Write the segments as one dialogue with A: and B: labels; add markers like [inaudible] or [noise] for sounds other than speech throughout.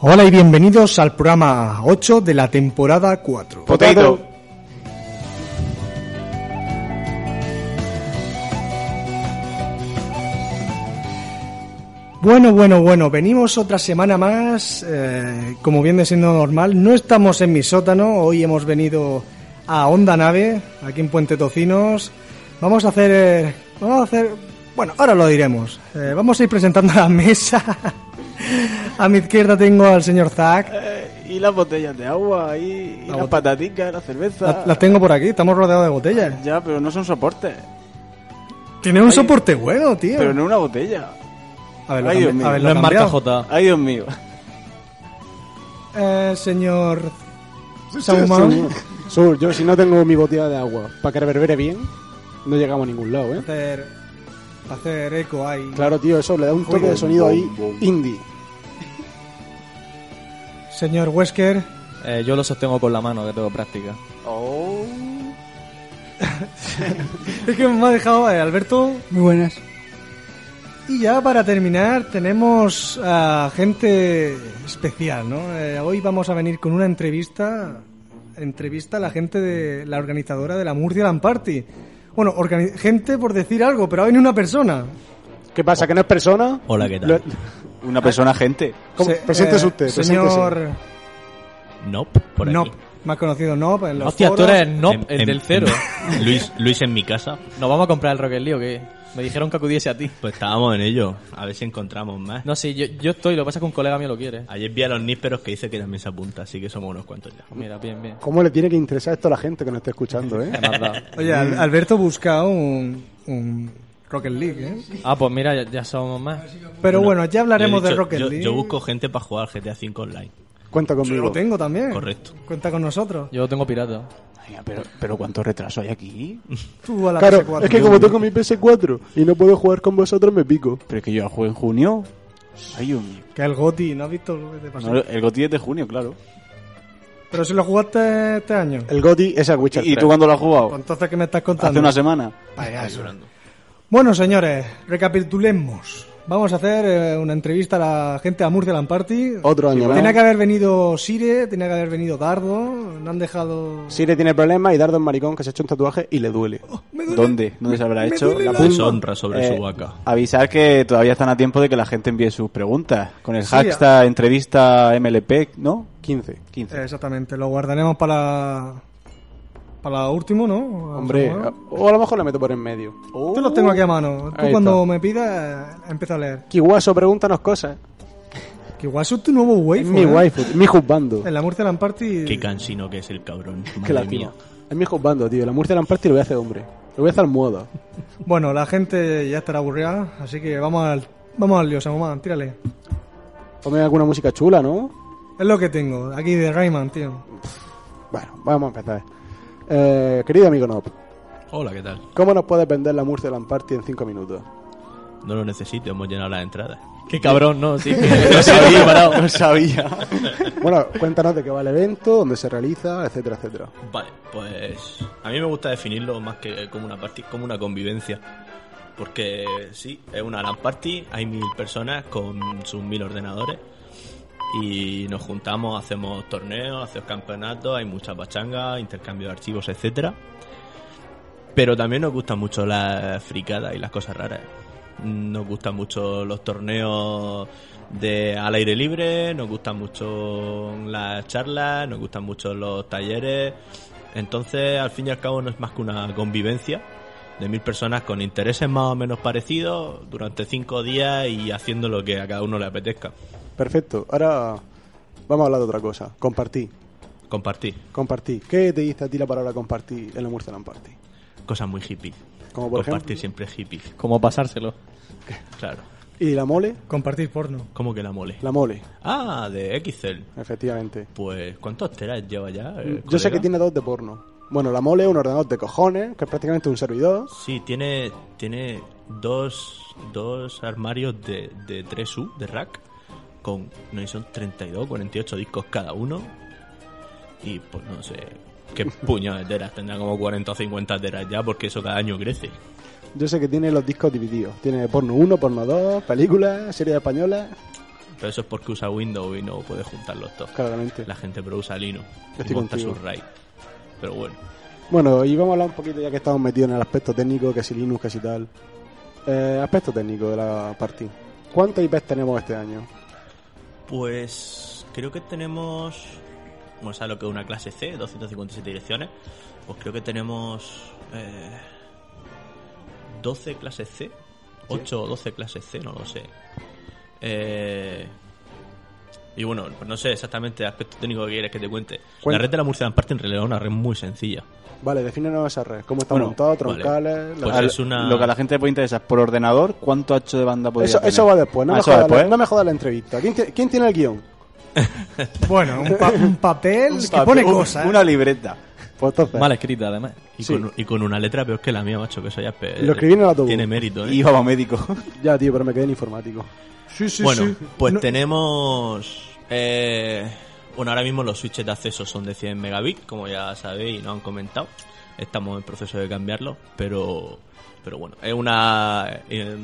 A: Hola y bienvenidos al programa 8 de la temporada 4.
B: Potato.
A: Bueno, bueno, bueno, venimos otra semana más, eh, como viene siendo normal, no estamos en mi sótano, hoy hemos venido a Onda Nave, aquí en Puente Tocinos, vamos a hacer, eh, vamos a hacer, bueno, ahora lo diremos, Eh, vamos a ir presentando a la mesa, [laughs] a mi izquierda tengo al señor Zack,
B: Eh, y las botellas de agua, y, y
A: La
B: las
A: botella.
B: pataticas, la cerveza.
A: La- las tengo por aquí, estamos rodeados de botellas.
B: Ya, pero no son soportes.
A: Tiene un soporte bueno, tío.
B: Pero no una botella.
A: A ver, lo
B: Ay,
A: cambi-
B: Dios mío.
A: a ver, lo
C: No es marca
A: cambiado.
C: J.
B: Ay, Dios mío.
A: Eh, señor
D: Sur,
A: Saumón.
D: Sur, yo si no tengo mi botella de agua para que reverbere bien, no llegamos a ningún lado, ¿eh?
A: Hacer, hacer eco ahí.
D: Claro, tío, eso le da un toque
A: Joder,
D: de sonido ahí indie.
A: Señor Wesker.
C: Eh, yo lo sostengo con la mano, que tengo práctica.
B: Oh.
A: Es que me ha dejado eh, Alberto.
E: Muy buenas.
A: Y ya para terminar tenemos a gente especial, ¿no? Eh, hoy vamos a venir con una entrevista, entrevista a la gente de la organizadora de la Murcia Land Party. Bueno, organi- gente por decir algo, pero ha venido una persona.
D: ¿Qué pasa? ¿Que no es persona?
C: Hola, ¿qué tal?
D: Lo-
B: Una
A: Ah.
B: persona gente.
D: ¿Cómo?
A: Se-
D: Preséntese
A: eh,
D: usted, preséntese.
A: Señor
F: Nope, por aquí.
A: Nop, más conocido Nop en los
C: Hostia, tú
A: foros.
C: eres Nop,
F: En-
C: el
F: en-
C: del cero.
F: em, [laughs] Luis, Luis en mi casa.
C: [laughs] ¿Nos vamos a comprar el Rocket League o qué? Me dijeron que acudiese a ti.
F: Pues estábamos en ello. A ver si encontramos más.
C: No, sí, yo, yo estoy, lo que pasa es que un colega mío lo quiere.
F: Ayer vi a los nísperos que dice que también se apunta, así que somos unos cuantos ya.
C: Pues Mira, bien, bien.
D: ¿Cómo le tiene que interesar esto a la gente que nos está escuchando, eh?
C: Me has dado.
A: Oye, Al- Alberto busca un, un Rocket League, ¿eh?
C: Ah, pues mira, ya, ya somos más.
A: Pero bueno, ya hablaremos
F: Yo he
A: de
F: dicho,
A: Rocket
F: yo,
A: League.
F: Yo busco gente para jugar GTA V online.
D: Cuenta
A: Yo
D: conmigo.
A: lo tengo también.
F: Correcto.
A: Cuenta con nosotros.
C: Yo tengo pirata.
B: Ay, pero, pero cuánto retraso hay aquí.
A: Tú a la
D: Claro,
A: PS4.
D: es que como tengo mi PS4 y no puedo jugar con vosotros, me pico.
B: Pero es que yo ya jugué en junio. Ay, Dios mío.
A: Que el Goti, ¿no has visto lo que te pasó?
B: No, el GOTI es de junio, claro.
A: Pero si lo jugaste este año. pues
D: El GOTI es el Witcher
B: ¿Y, y
D: 3.
B: tú cuándo lo has jugado?
A: Entonces, ¿qué me estás contando?
B: Hace una semana.
A: Bueno, señores, recapitulemos. Vamos a hacer eh, una entrevista a la gente de Murcia Land Party.
D: Otro año
A: Tenía
D: más.
A: que haber venido Sire, tenía que haber venido Dardo, no han dejado...
D: Sire tiene problemas y Dardo es maricón que se ha hecho un tatuaje y le duele.
A: Me duele.
B: ¿Dónde? ¿Dónde se habrá
A: Me
B: hecho?
A: duele la-
F: Deshonra sobre
B: Eh,
F: su vaca.
B: Avisar que todavía están a tiempo de que la gente envíe sus preguntas. Con el
A: Sí,
B: hashtag entrevista MLP, ¿no?
D: 15.
B: 15.
A: Eh, Exactamente, lo guardaremos para la... Para la último, ¿no?
D: Hombre,
A: Samuel.
D: a- o a lo mejor la meto por en medio.
A: Yo los tengo aquí a mano. Tú
D: Ahí
A: cuando
D: está.
A: me pidas, empieza a leer.
D: Kiwaso, pregúntanos cosas.
A: Que igual es tu nuevo
D: Es
A: waifu.
D: mi
A: ¿eh?
D: waifu, mi juzbando.
A: En la Murcia Land Party.
F: Qué cansino que es el cabrón. Madre
D: Qué
F: mía.
D: lástima. Es mi juzbando, tío. La Murcia la han partido y lo voy a hacer hombre. Lo voy a hacer moda.
A: Bueno, la gente ya estará aburrida, así que vamos al, vamos al lío, Samuel, tírale.
D: Ponme alguna música chula, ¿no?
A: Es lo que tengo, aquí de Rayman, tío.
D: Bueno, vamos a empezar. Eh, querido amigo Nob,
F: Hola, ¿qué tal?
D: ¿cómo nos puedes vender la Murcia Land Party en 5 minutos?
F: No lo necesito, hemos llenado las entradas.
C: Qué cabrón, ¿no? Sí.
B: No sabía, no sabía.
D: Bueno, cuéntanos de qué va el evento, dónde se realiza, etcétera, etcétera.
F: Vale, pues a mí me gusta definirlo más que como una party, como una convivencia. Porque sí, es una LAN party, hay mil personas con sus mil ordenadores y nos juntamos, hacemos torneos, hacemos campeonatos, hay muchas pachangas, intercambio de archivos, etcétera. Pero también nos gustan mucho las fricadas y las cosas raras. Nos gustan mucho los torneos de al aire libre, nos gustan mucho las charlas, nos gustan mucho los talleres. Entonces, al fin y al cabo, no es más que una convivencia de mil personas con intereses más o menos parecidos durante cinco días y haciendo lo que a cada uno le apetezca.
D: Perfecto. Ahora, Vamos a hablar de otra cosa. Compartir.
F: Compartir.
D: Compartir. ¿Qué te dice a ti la palabra compartir en la Murcialan Party?
F: Cosas muy hippie.
D: Como por
F: Compartir
D: ejemplo.
F: siempre es hippie.
C: [laughs] Como pasárselo.
F: Claro.
D: ¿Y la mole?
A: Compartir porno.
F: ¿Cómo que la mole?
D: La mole,
F: Ah, de Excel.
D: efectivamente.
F: Pues, ¿cuántos teras lleva ya? eh,
D: Mm, Yo sé
F: colega?
D: que tiene dos de porno. Bueno, la mole es un ordenador de cojones, que es prácticamente un servidor.
F: Sí, tiene, tiene dos, dos armarios de, de 3U, de rack, con, no sé, son 32, 48 discos cada uno. Y pues no sé, qué
D: [laughs]
F: puño de teras, tendrá como 40 o 50 teras ya, porque eso cada año crece.
D: Yo sé que tiene los discos divididos. Tiene porno 1, porno 2, películas, series españolas.
F: Pero eso es porque usa Windows y no puede juntarlos todos.
D: Claramente.
F: La gente pero usa Linux y
D: Estoy
F: monta
D: contigo.
F: su RAID. Pero bueno,
D: Bueno, y vamos a hablar un poquito ya que estamos metidos en el aspecto técnico, que si Linux, que si tal. Eh, aspecto técnico de la party. ¿Cuántas IPs tenemos este año?
F: pues creo que tenemos... Bueno, ¿sabes lo que es una clase C? 257 direcciones. Pues creo que tenemos... eh, 12 clases C. 8 o 12 clases C, no lo sé. Eh, y bueno, pues no sé exactamente el aspecto técnico que quieres que te cuente.
D: Cuenta.
F: La red de la Murcia en parte en realidad es una red muy sencilla.
D: Vale, defínenos esa red. ¿Cómo está
B: Bueno,
D: montado?
F: vale.
D: ¿Troncales? la-
F: Pues
B: Al-
F: es una-
B: Lo que a la gente puede interesar, por ordenador, ¿cuánto ancho de banda podría
D: eso,
B: tener?
D: eso va después. No,
B: Ah,
D: me
B: eso va
D: jodas, la-
B: después.
D: no me jodas la entrevista. ¿Quién, ti- quién tiene el guión?
A: Bueno, un, pa- un papel que
B: Papel,
A: pone
B: un-
A: cosas.
B: Una libreta.
D: Pues entonces,
C: Mal escrita, además.
F: Y,
D: Sí.
F: con, y con una letra peor que la mía, macho, que eso ya es pe-
D: Lo escribí en el autobús.
F: Tiene mérito, ¿eh?
B: Y vamos médico.
D: [laughs] ya tío, pero me quedé en informático.
A: Sí, sí,
F: bueno,
A: sí.
F: pues
A: No-
F: tenemos... eh, bueno, ahora mismo los switches de acceso son de 100 megabits, como ya sabéis y nos han comentado. Estamos en proceso de cambiarlo, pero, pero bueno, es una eh,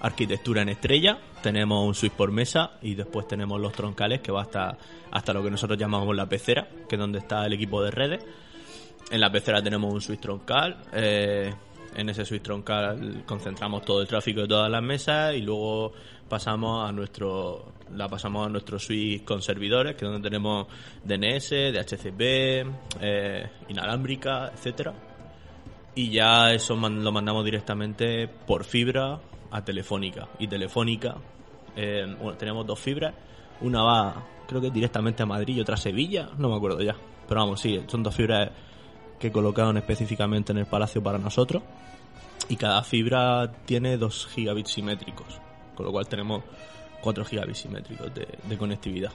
F: arquitectura en estrella. Tenemos un switch por mesa y después tenemos los troncales que va hasta, hasta lo que nosotros llamamos la pecera, que es donde está el equipo de redes. En la pecera tenemos un switch troncal. eh, en ese switch troncal concentramos todo el tráfico de todas las mesas y luego pasamos a nuestro la pasamos a nuestro switch con servidores, que es donde tenemos DNS, DHCP, eh, inalámbrica, etcétera. Y ya eso man- lo mandamos directamente por fibra a Telefónica. Y Telefónica, eh, bueno, tenemos dos fibras. Una va, creo que directamente a Madrid y otra a Sevilla, no me acuerdo ya. Pero vamos, sí, son dos fibras que colocaron específicamente en el palacio para nosotros. Y cada fibra tiene 2 gigabits simétricos. Con lo cual tenemos 4 gigabits simétricos de, de conectividad.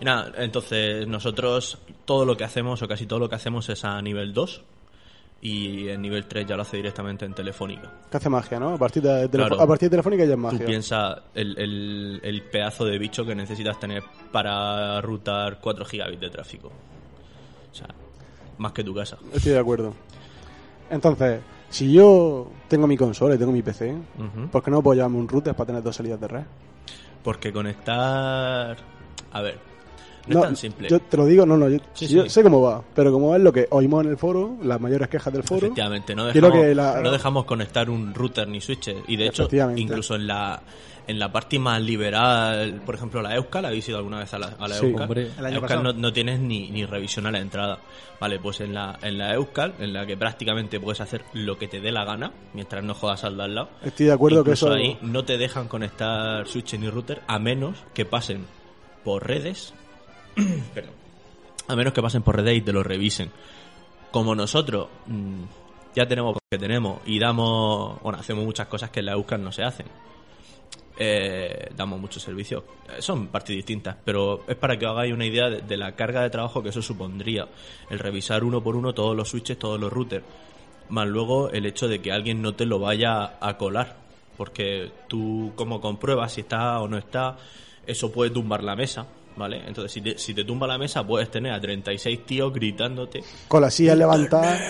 F: Y nada, entonces nosotros todo lo que hacemos, o casi todo lo que hacemos, es a nivel 2. Y el nivel 3 ya lo hace directamente en Telefónica.
D: Que hace magia, ¿no? A partir de, de-
F: Claro.
D: a partir de Telefónica ya es
F: Tú
D: magia.
F: piensas el, el- el pedazo de bicho que necesitas tener para rutar 4 gigabits de tráfico. O sea, más que tu casa.
D: Estoy de acuerdo. Entonces, si yo tengo mi consola y tengo mi PC,
F: Ujú.
D: ¿por qué no puedo llevarme un router para tener dos salidas de red?
F: Porque conectar. A ver, no, es tan simple.
D: Yo te lo digo, no, no, yo,
F: Sí,
D: si yo
F: sí.
D: sé cómo va, pero como es lo que oímos en el foro, las mayores quejas del foro,
F: Efectivamente, no
D: Quiero
F: dejamos,
D: que la-
F: no dejamos conectar un router ni switches. Y de hecho,
D: Efectivamente.
F: incluso en la en la parte más liberal, por ejemplo, la Euskal, ¿habéis ido alguna vez a la, a la
D: Sí.
F: Euskal?
C: Hombre.
A: El
F: La
A: año
F: Euskal
A: pasado.
F: no, no tienes ni, ni revisión a la entrada. Vale, pues en la, en la Euskal, en la que prácticamente puedes hacer lo que te dé la gana, mientras no jodas al de al lado.
D: estoy de acuerdo que eso...
F: Incluso ahí no te dejan conectar switch ni router a menos que pasen por redes. [clears throat] Perdón. A menos que pasen por redes y te lo revisen. Como nosotros mm, ya tenemos lo que tenemos y damos. Bueno, hacemos muchas cosas que en la Euskal no se hacen. Eh, damos muchos servicios. Eh, Son partes distintas, pero es para que os hagáis una idea de, de la carga de trabajo que eso supondría. El revisar uno por uno todos los switches, todos los routers. Más luego el hecho de que alguien no te lo vaya a colar. Porque tú, como compruebas si está o no está, eso puede tumbar la mesa. ¿Vale? Entonces, si te, si te tumba la mesa, puedes tener a 36 tíos gritándote
D: Con la silla levantada,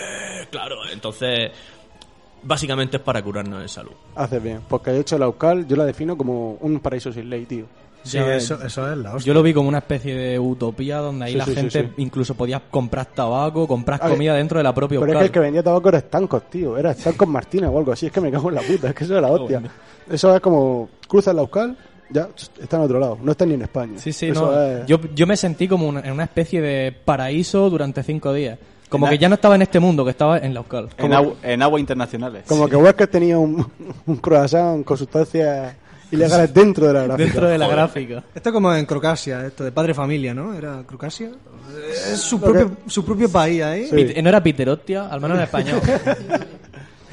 F: Claro, entonces básicamente es para curarnos en salud.
D: haces bien. Porque de hecho la Euskal yo la defino como un paraíso sin ley, tío.
A: Sí,
C: Ya,
A: eso, eso es la hostia.
C: Yo lo vi como una especie de utopía donde ahí
D: Sí,
C: la
D: sí, sí,
C: gente
D: sí.
C: incluso podía comprar tabaco, comprar
D: A ver,
C: comida dentro de la propia
D: Pero es que
C: Euskal.
D: el que vendía tabaco era Estancos, tío. Era Estancos Martínez o algo así. Es que me cago en la puta. Es que eso era la hostia. Eso es como cruzas la Euskal, ya está en otro lado. No está ni en España.
C: Sí, sí,
D: Eso
C: no.
D: es-
C: Yo, yo me sentí como una- en una especie de paraíso durante cinco días. Como que ya no estaba en este mundo, que estaba en la Euskal.
B: En, agu- en aguas internacionales.
D: [laughs] Como que Huesca tenía un, un croissant con sustancias Ilegales dentro de la gráfica.
C: Dentro de la gráfica.
A: Esto como en Crocasia, esto de padre familia, ¿no? ¿Era Crocasia? Es su propio, su propio país ahí.
D: Eh, Sí.
C: Pit- ¿No era Piterostia? Al menos en español.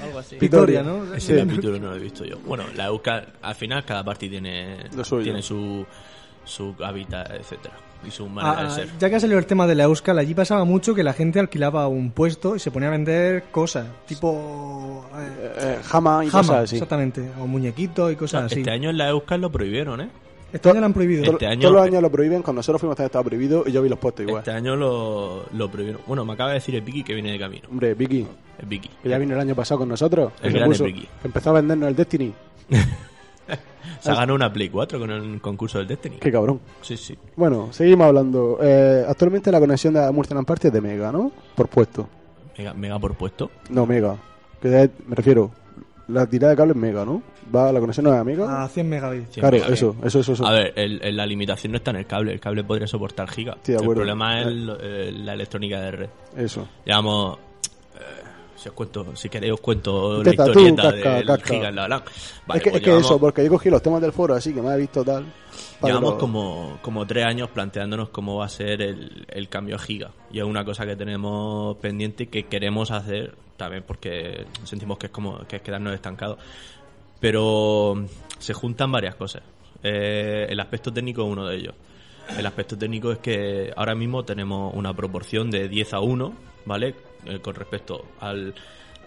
C: Algo así.
A: Vitoria, ¿no?
F: Ese capítulo no lo he visto yo. Bueno, la Euskal, al final cada parte tiene,
D: Lo suyo.
F: tiene su, su hábitat, etcétera Y su manera
A: Ah,
F: de
A: ah,
F: ser.
A: ya que ha salido el tema de la Euskal, allí pasaba mucho que la gente alquilaba un puesto y se ponía a vender cosas, tipo eh,
D: Eh, jama y
A: jama,
D: cosas así.
A: exactamente, o muñequitos y cosas
D: ah,
A: así.
F: Este año en la Euskal lo prohibieron, ¿eh?
A: Esto ya lo han prohibido.
F: Este
D: Todos-
F: año-
D: Todos los años lo prohíben, cuando nosotros fuimos también estaba prohibido y yo vi los postes igual.
F: Este año lo, lo prohibieron. Bueno, me acaba de decir el Vicky que viene de camino.
D: Hombre, Vicky,
F: El Vicky.
D: que ya vino el año pasado con nosotros,
F: El
D: que se
F: gran
D: puso-
F: Vicky.
D: que empezó a vendernos el Destiny.
F: Se ha ganado una Play 4 con el concurso del Destiny.
D: Qué cabrón.
F: Sí, sí.
D: Bueno, seguimos hablando. Eh, actualmente la conexión de Murcia Party es de Mega, ¿no? Por puesto.
F: Mega, mega por puesto.
D: No, Mega. Que es- me refiero, la tirada de cable es Mega, ¿no? Va la conexión no es a Mega.
A: A 100 megabits.
F: Ah, Sí, Ah,
D: claro,
F: mega,
D: eso, eso, eso, eso.
F: A ver, el- el- la limitación no está en el cable. El cable podría soportar gigas.
D: Estoy de
F: el
D: acuerdo.
F: problema es el- eh, la electrónica de red.
D: Eso.
F: Digamos, eh, si os cuento, si queréis os cuento
D: Intenta
F: la
D: tú,
F: historieta
D: casca,
F: del
D: casca.
F: giga en la LAN. Vale,
D: es que,
F: pues
D: es que
F: llevamos-
D: eso, porque yo cogí los temas del foro así que me he visto tal. para
F: Llevamos
D: los-
F: como, como tres años planteándonos cómo va a ser el, el cambio a giga. Y es una cosa que tenemos pendiente y que queremos hacer también porque sentimos que es como que es quedarnos estancados. Pero se juntan varias cosas. Eh, el aspecto técnico es uno de ellos. El aspecto técnico es que ahora mismo tenemos una proporción de 10 a 1, ¿vale? Eh, con respecto al,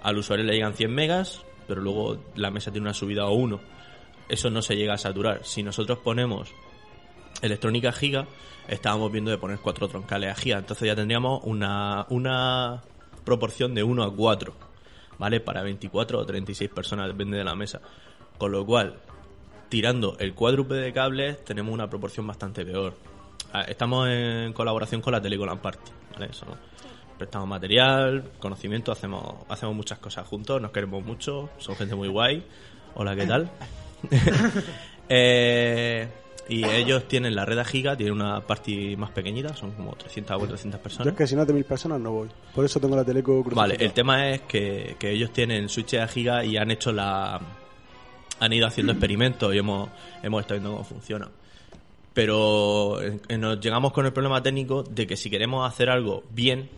F: al usuario le llegan 100 megas, pero luego la mesa tiene una subida a 1. Eso no se llega a saturar. Si nosotros ponemos electrónica giga, estábamos viendo de poner cuatro troncales a giga. Entonces ya tendríamos una, una proporción de 1 a 4, ¿vale? Para 24 o 36 personas, depende de la mesa. Con lo cual, tirando el cuádruple de cables, tenemos una proporción bastante peor. Ah, Estamos en colaboración con la Telecolan Party, ¿vale? Eso, prestamos material, conocimiento, hacemos, hacemos muchas cosas juntos, nos queremos mucho, son gente muy guay. Hola, ¿qué tal? [laughs] Eh, y ellos tienen la red a giga, tienen una party más pequeñita, son como 300 o 400
D: Yo es
F: personas.
D: que si no de mil personas no voy. Por eso tengo la teleco cruzada.
F: ¿eh? Vale, el tema es que, que ellos tienen switches a giga y han hecho la. han ido haciendo experimentos y hemos, hemos estado viendo cómo funciona. Pero eh, nos llegamos con el problema técnico de que si queremos hacer algo bien,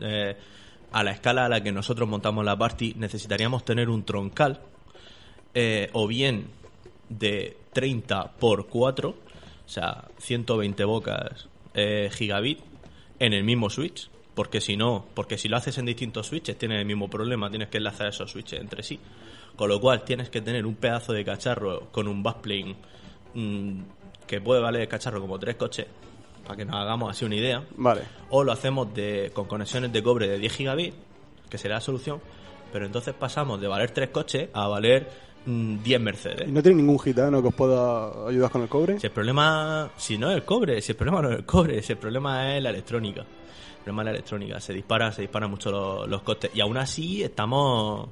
F: eh, a la escala a la que nosotros montamos la party, necesitaríamos tener un troncal eh, o bien de 30 por 4, o sea, 120 bocas eh, gigabit en el mismo switch, porque si no, porque si lo haces en distintos switches tienes el mismo problema, tienes que enlazar esos switches entre sí. Con lo cual tienes que tener un pedazo de cacharro con un busplane mm, que puede valer el cacharro como tres coches, para que nos hagamos así una idea
D: Vale.
F: o lo hacemos de, con conexiones de cobre de 10 gigabits, que será la solución, pero entonces pasamos de valer tres coches a valer mm, 10 Mercedes.
D: ¿Y no tiene ningún gitano que os pueda ayudar con el cobre?
F: Si el problema, si no es el cobre, si el problema no es el cobre, si el problema es la electrónica. El problema es la electrónica, se dispara, se disparan mucho los, los costes. Y aún así estamos,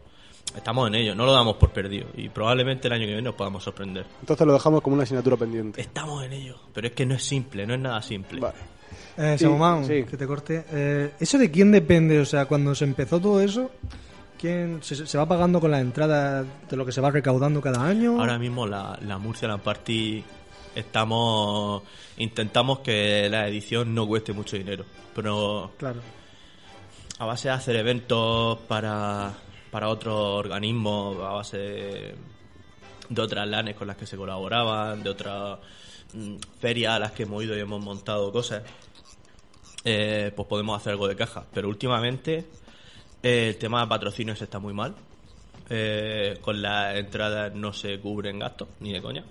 F: estamos en ello, no lo damos por perdido. Y probablemente el año que viene nos podamos sorprender.
D: Entonces lo dejamos como una asignatura pendiente.
F: Estamos en ello, pero es que no es simple, no es nada simple.
D: Vale.
A: Eh,
D: Sí,
A: Samomao,
D: sí.
A: que te corte. Eh, ¿Eso de quién depende? O sea, cuando se empezó todo eso, ¿quién se, se va pagando con la entrada de lo que se va recaudando cada año?
F: Ahora mismo la, la Murcia Land Party estamos intentamos que la edición no cueste mucho dinero, pero
A: Claro.
F: a base de hacer eventos para para otros organismos, a base de, de otras lanes con las que se colaboraban, de otras mm, ferias a las que hemos ido y hemos montado cosas, eh, pues podemos hacer algo de caja. Pero últimamente eh, el tema de patrocinios está muy mal. Eh, con las entradas no se cubren gastos, ni de coña.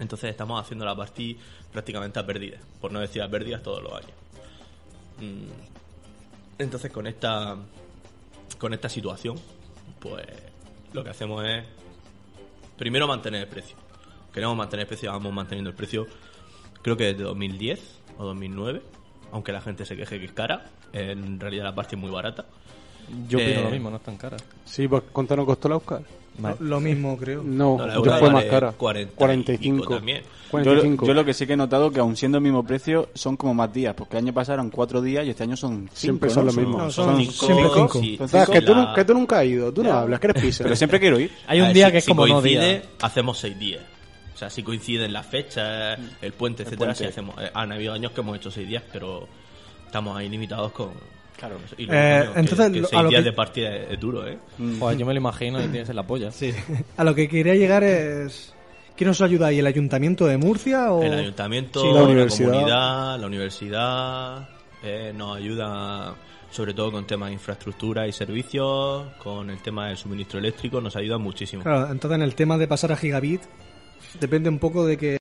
F: Entonces estamos haciendo la partida prácticamente a pérdidas, por no decir a pérdidas todos los años. Mm. Entonces con esta con esta situación, pues lo que hacemos es primero mantener el precio. Queremos mantener el precio, vamos manteniendo el precio creo que desde 2010 o 2009, aunque la gente se queje que es cara, en realidad la parte es muy barata.
C: Yo opino
F: Eh,
C: lo mismo, no es tan cara.
D: Sí, pues ¿cuánto nos costó la Oscar?
A: Lo mismo, creo.
D: No,
F: No, la
D: yo
F: Euskal
D: fue
F: vale
D: más cara.
F: 40 y pico también.
B: Yo,
D: 45.
B: lo- yo lo que sí que he notado que aun siendo el mismo precio son como más días, porque el año pasado eran cuatro días y este año son cinco.
D: Siempre son
B: ¿no?
D: los mismos. No,
A: son siempre cinco.
F: si-
D: O sea,
F: si
D: Ah, que, tú,
F: la-
D: nu- que tú nunca has ido, tú no hablas, que eres pizza.
B: Pero siempre quiero ir.
C: Hay
F: a
C: un
F: ver,
C: día
F: Ah, si-
C: que es
F: si
C: como no
F: coincide,
C: día.
F: hacemos seis días. O sea, si coinciden las
C: Mm.
F: fechas, el puente, etcétera, si hacemos. eh, han habido años que hemos hecho seis días, pero estamos ahí limitados con. Claro. Y lo
A: Eh,
F: digo, que-
A: entonces,
F: que
A: lo- a
F: seis
A: lo
F: días
A: que-
F: de partida es, es duro, ¿eh?
C: Joder, yo me lo imagino que tienes en la polla. Sí.
A: A lo que quería llegar es... ¿Quién os ayuda ahí? ¿El Ayuntamiento de Murcia o...?
F: El ayuntamiento,
D: Sí, la
F: la,
D: universidad.
F: comunidad, la universidad, eh, nos ayuda sobre todo con temas de infraestructura y servicios, con el tema del suministro eléctrico, nos ayuda muchísimo.
A: Claro, entonces en el tema de pasar a Gigabit depende un poco de que